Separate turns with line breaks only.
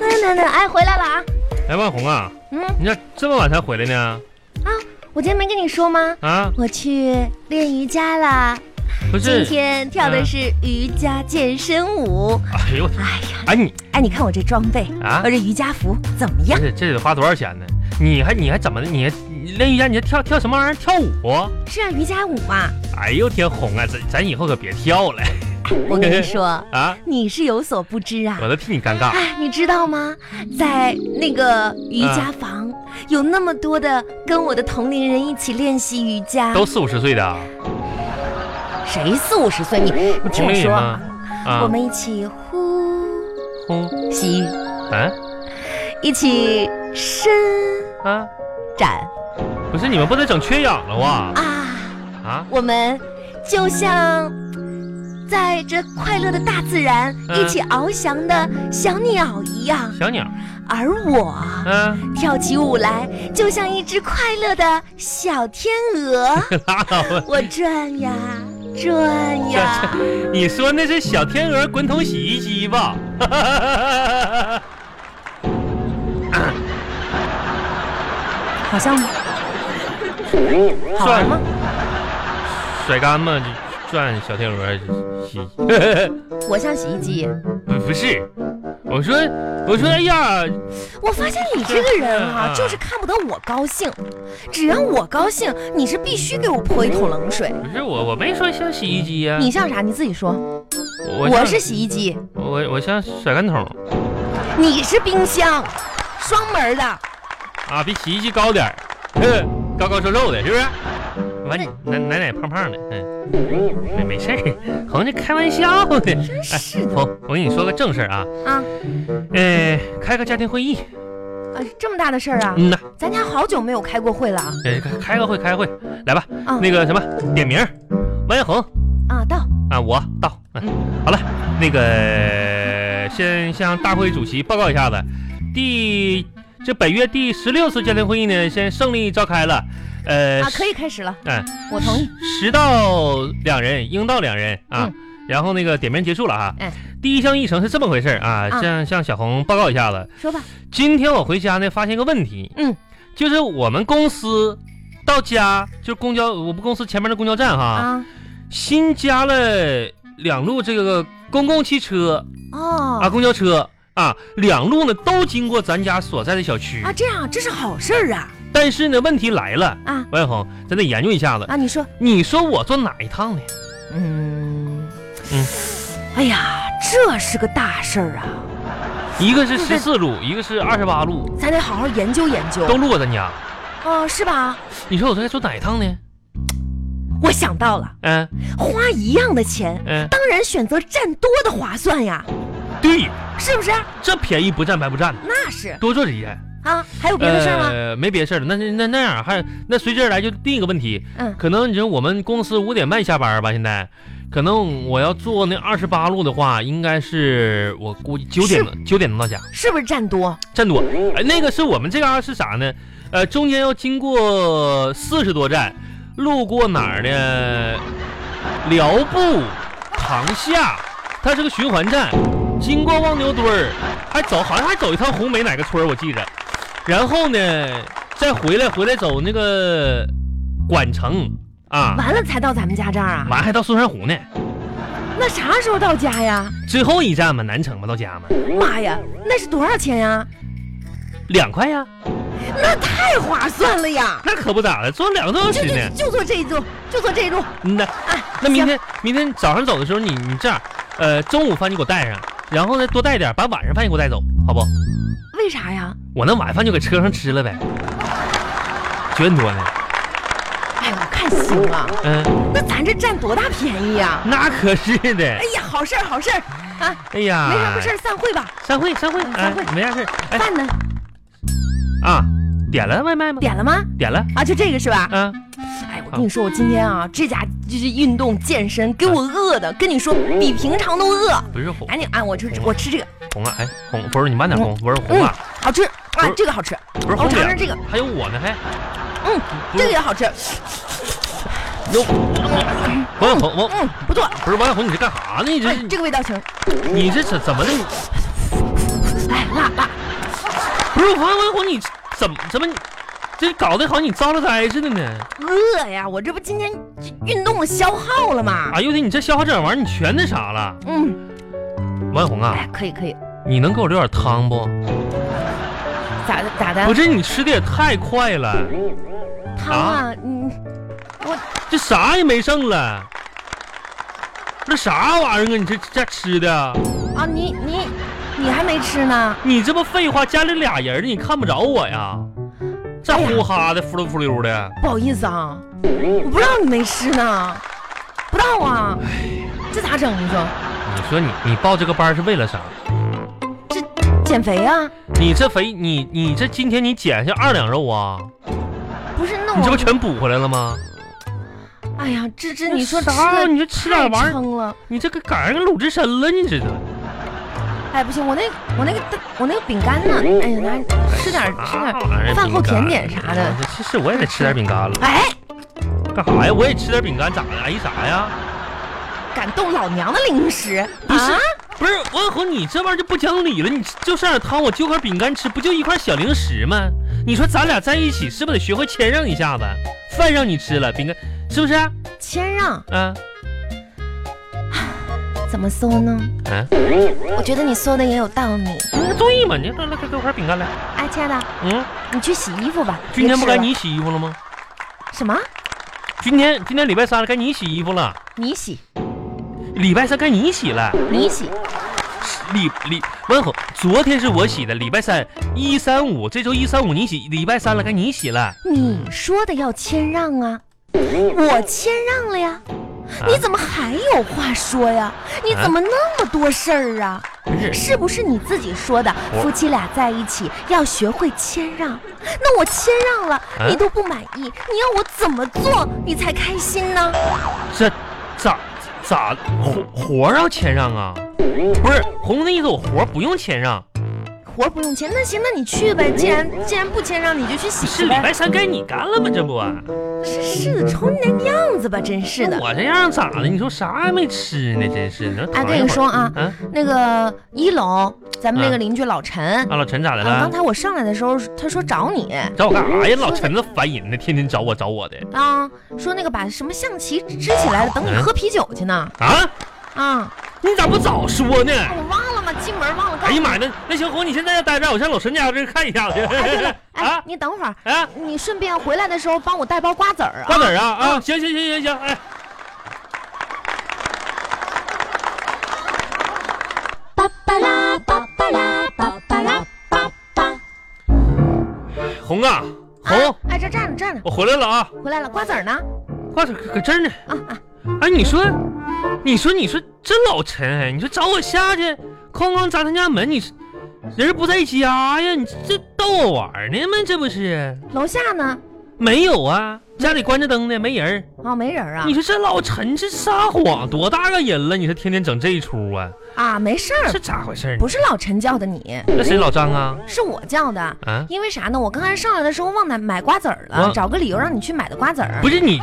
嗯等等，哎，回来了啊！
哎，万红啊，
嗯
你咋这么晚才回来呢？
啊，我今天没跟你说吗？
啊，
我去练瑜伽啦，
不
今
是，
天跳的是瑜伽健身舞。
哎呦我天，
哎呀，
哎你
哎，你看我这装备，
啊
我，这瑜伽服怎么样？
这这得花多少钱呢？你还你还怎么的？你还你练瑜伽，你还跳跳什么玩意儿？跳舞？
是啊，瑜伽舞嘛。
哎呦天红啊，咱咱以后可别跳了
我跟你 说，
啊！
你是有所不知啊。
我都替你尴尬。
哎，你知道吗？在那个瑜伽房，
啊
有那么多的跟我的同龄人一起练习瑜伽，
都四五十岁的啊，
谁四五十岁？你你听
同
我
龄人
说
吗
啊，？
啊
我，们一起呼
嗯
吸，
嗯
一起伸
啊，
展
不是你们不能整缺氧了哇？
啊，
啊，
我们就像在这快乐的大自然
嗯
一起翱翔的小鸟一样，
小鸟，
而我
嗯，
跳起舞来就像一只快乐的小天 鹅。
拉倒吧。
我转呀转呀，
你说那是小天鹅滚筒洗衣机吧？
啊好像好玩
转
吗？
甩干嘛就转小天鹅洗，
我像洗衣机。
不呃不是，我说我说哎呀，
我发现你这个人啊，
嗯
就是看不得我高兴，只要我高兴，你是必须给我泼一桶冷水。
不是我我没说像洗衣机呀、
你像啥？你自己说。
嗯我
我
像
是洗衣机，
我我像甩干桶
你是冰箱，双门的。
啊，比洗衣机高点儿，哼高高瘦瘦的，是不是？完你奶奶奶胖胖的，嗯，没没事儿，红这开玩笑的，真
是
红、我跟你说个正事儿啊，
啊
呃，开个家庭会议，
啊，这么大的事儿啊，
嗯呐。
咱家好久没有开过会了啊。
呃，开开个会，开个会，来吧，
啊
那个什么，点名儿，王艳红
啊，到
啊，我到，嗯，好了，那个先向大会主席报告一下子，第这本月第十六次家庭会议呢，先胜利召开了，呃，
啊，可以开始了，
十，嗯、
我同意。
十到两人，应到两人啊。
嗯
然后那个点名结束了哈，
嗯
第一项议程是这么回事儿啊，
啊
向向小红报告一下子，
说吧，
今天我回家呢，发现一个问题，
嗯，
就是我们公司到家就公交，我们公司前面的公交站哈，
啊，
新加了两路这个公共汽车啊，
哦，
公交车啊，两路呢都经过咱家所在的小区，
啊，这样这是好事儿啊
但是呢，问题来了，
啊
王小红，咱得研究一下子，
啊，你说。
你说我坐哪一趟呢？
嗯
嗯，
哎呀，这是个大事儿啊，
一个是
对对
十四路，一个是二十八路，
咱得好好研究研究。
都路过咱家，
哦，是吧？
你说我这该坐哪一趟呢？
我想到了，
嗯
花一样的钱，
嗯，
当然选择占多的划算呀，
对，
是不是？
这便宜不占白不占，
那是
多坐几天。
啊，还有别的事儿吗？
呃，没别的事儿了。那那那样还那随之而来就另一个问题，
嗯，
可能你说我们公司五点半下班吧，现在，可能我要坐那二十八路的话，应该是我估计九点能九点能到家，
是不是占多？
站多。哎，那个是我们这嘎、是啥呢？呃，中间要经过四十多站，路过哪儿呢？辽埠、塘下，它是个循环站，经过望牛墩儿，还走好像还走一趟红梅哪个村儿我记着，然后呢再回来回来走那个管城啊，
完了才到咱们家这儿啊？
完还到松山湖呢，
那啥时候到家呀？
最后一站嘛南城嘛到家嘛，
妈呀，那是多少钱呀？
两块呀，
那太划算了呀！
那可不咋的，坐两个多
就
小时
就
呢，
就坐这一路，就坐这一路。
嗯呐。
哎，
那明
行
天明天早上走的时候你，你这样，呃，中午饭你给我带上，然后呢多带点，把晚上饭也给我带走，好不好？
为啥呀？
我那晚饭就搁车上吃了呗，九点多呢。
哎，我看行啊，
嗯，
那咱这占多大便宜呀？
那可是的
哎。呀，好事儿，好事儿啊！
哎呀，
没啥不事儿，散会吧。
散会散会，
嗯
哎
散会
没啥事儿。哎
饭呢？
啊，点了外卖吗？
点了吗？
点了。
啊，就这个是吧？
啊，
哎，我跟你说，我今天啊，这家就是运动健身，给我饿的，跟你说比平常都饿。
不是红
赶紧啊，我吃
红
我吃这个，
红啊，哎红不是你慢点红，不是红
嗯
啊，，
好吃
不
啊
是，
这个好吃，
不是
我
红
尝尝
点，
这个，
还有我呢还。
嗯，
不
这
是
个也好吃，
哟，王小红，王
嗯，不错，
不是王小红，你这干啥呢？你
哎，
这
这个味道行，
你这怎怎么的？
哎，辣辣，
不是，我问我你怎么怎么你这搞得好像你遭了灾似的呢？
饿呀，我这不今天运动消耗了吗？
哎呦我天，你这消化这玩意儿，你全那啥了？
嗯，
王小红啊，
哎，可以可以，
你能给我留点汤不？
咋的咋
不
的？
是你吃的也太快了，
汤啊，嗯，
这啥也没剩了。这啥玩意儿啊？你这这吃的，
啊，你你你还没吃呢？
你这不废话？家里俩人呢，你看不着我呀？这
哎呀
呼哈的，呼噜呼溜的。
不好意思啊，我不知道你没吃呢，不知道啊，
哎
这咋整？你说
你说你你报这个班是为了啥？
减肥啊？
你这肥，你你这今天你减下二两肉啊？
不是，那
你这不
我，
全补回来了吗？
哎呀，芝芝，你说吃
啥？
的
你这吃点玩
太
意儿，
撑了，
你这个赶上个鲁智深了，你这都
哎，不行，我那我那个我那个饼干呢？哎呀，拿吃点吃
啥
点
玩意儿
饭后
饼干
甜点啥的
啊这其实我也得吃点饼干了，
哎，
干啥呀？我也吃点饼干，咋的？哎啥呀？
敢动老娘的零食？
不是
啊，
不是王小红，你这玩意儿就不讲理了。你就剩点汤，我就块饼干吃，不就一块小零食吗？你说咱俩在一起，是不是得学会谦让一下子？饭让你吃了，饼干是不是？啊
谦让
嗯
怎么说呢？
嗯，
我觉得你说的也有道理。
那对嘛？你来来，给给我块饼干来。
哎，亲爱的，
嗯，
你去洗衣服吧。
今天不该
别吃了
你洗衣服了吗？
什么？
今天今天礼拜三了，该你洗衣服了。
你洗，
礼拜三该你洗了。
你洗，
礼礼，问候，昨天是我洗的，礼拜三一三五，这周一三五你洗，礼拜三了该你洗了。
你说的要谦让啊，
嗯
我谦让了呀。
啊
你怎么还有话说呀？你怎么那么多事儿啊？
不是
是不是你自己说的？
我
夫妻俩在一起要学会谦让。那我谦让了，
啊
你都不满意，你要我怎么做你才开心呢？
这咋咋活活要谦让啊？不是红红的意思，我活不用谦让，
活儿不用钱，那行，那你去呗。既然既然不谦让，你就去洗
是
去
礼
呗。
拜三该你干了吗？这不，啊
是是的，瞅你那样子吧，真是的。
我这样咋的？你说啥也没吃呢，真是的。
哎，跟你说啊，
啊，
那个一楼咱们那个邻居老陈，
嗯啊老陈咋的
啊，刚
了？
才我上来的时候，他说找你
找我干啥呀？老陈子烦人呢，天天找我找我的
啊，说那个把什么象棋支起来了，等你
嗯
喝啤酒去呢。
啊！
啊，
你咋不早说呢？
我忘了嘛，进门忘了告诉
哎呀
你。
妈呀，那那小虎，你现在要待着，我上老陈家这看一下去。
哎，对 了，
啊
哎，你等会儿，
啊，
你顺便回来的时候帮我带包瓜子儿啊
瓜。子儿啊啊，行行行行行，哎，
巴巴拉巴巴拉巴巴拉巴巴。
红啊
啊
红，，
哎，这站着站着，
我回来了啊，
回来了，瓜子儿呢？
瓜子儿搁搁这儿呢。
啊啊，
哎，你说，你说，你说，这老陈，哎，你说找我下去，哐哐砸他家门，你是人儿不在家呀？你这逗我玩儿呢吗？这不是
楼下呢？
没有啊，家里关着灯呢，没人儿。
哦，没人儿啊
你。说这老陈这撒谎多大个人了？你说天天整这一出啊，
啊，没事儿
这，咋回事儿呢？
不是老陈叫的你，
那谁老张啊？
是我叫的。
啊，
因为啥呢？我刚才上来的时候忘了买瓜子儿了，
我
找个理由让你去买的瓜子儿
不。是你，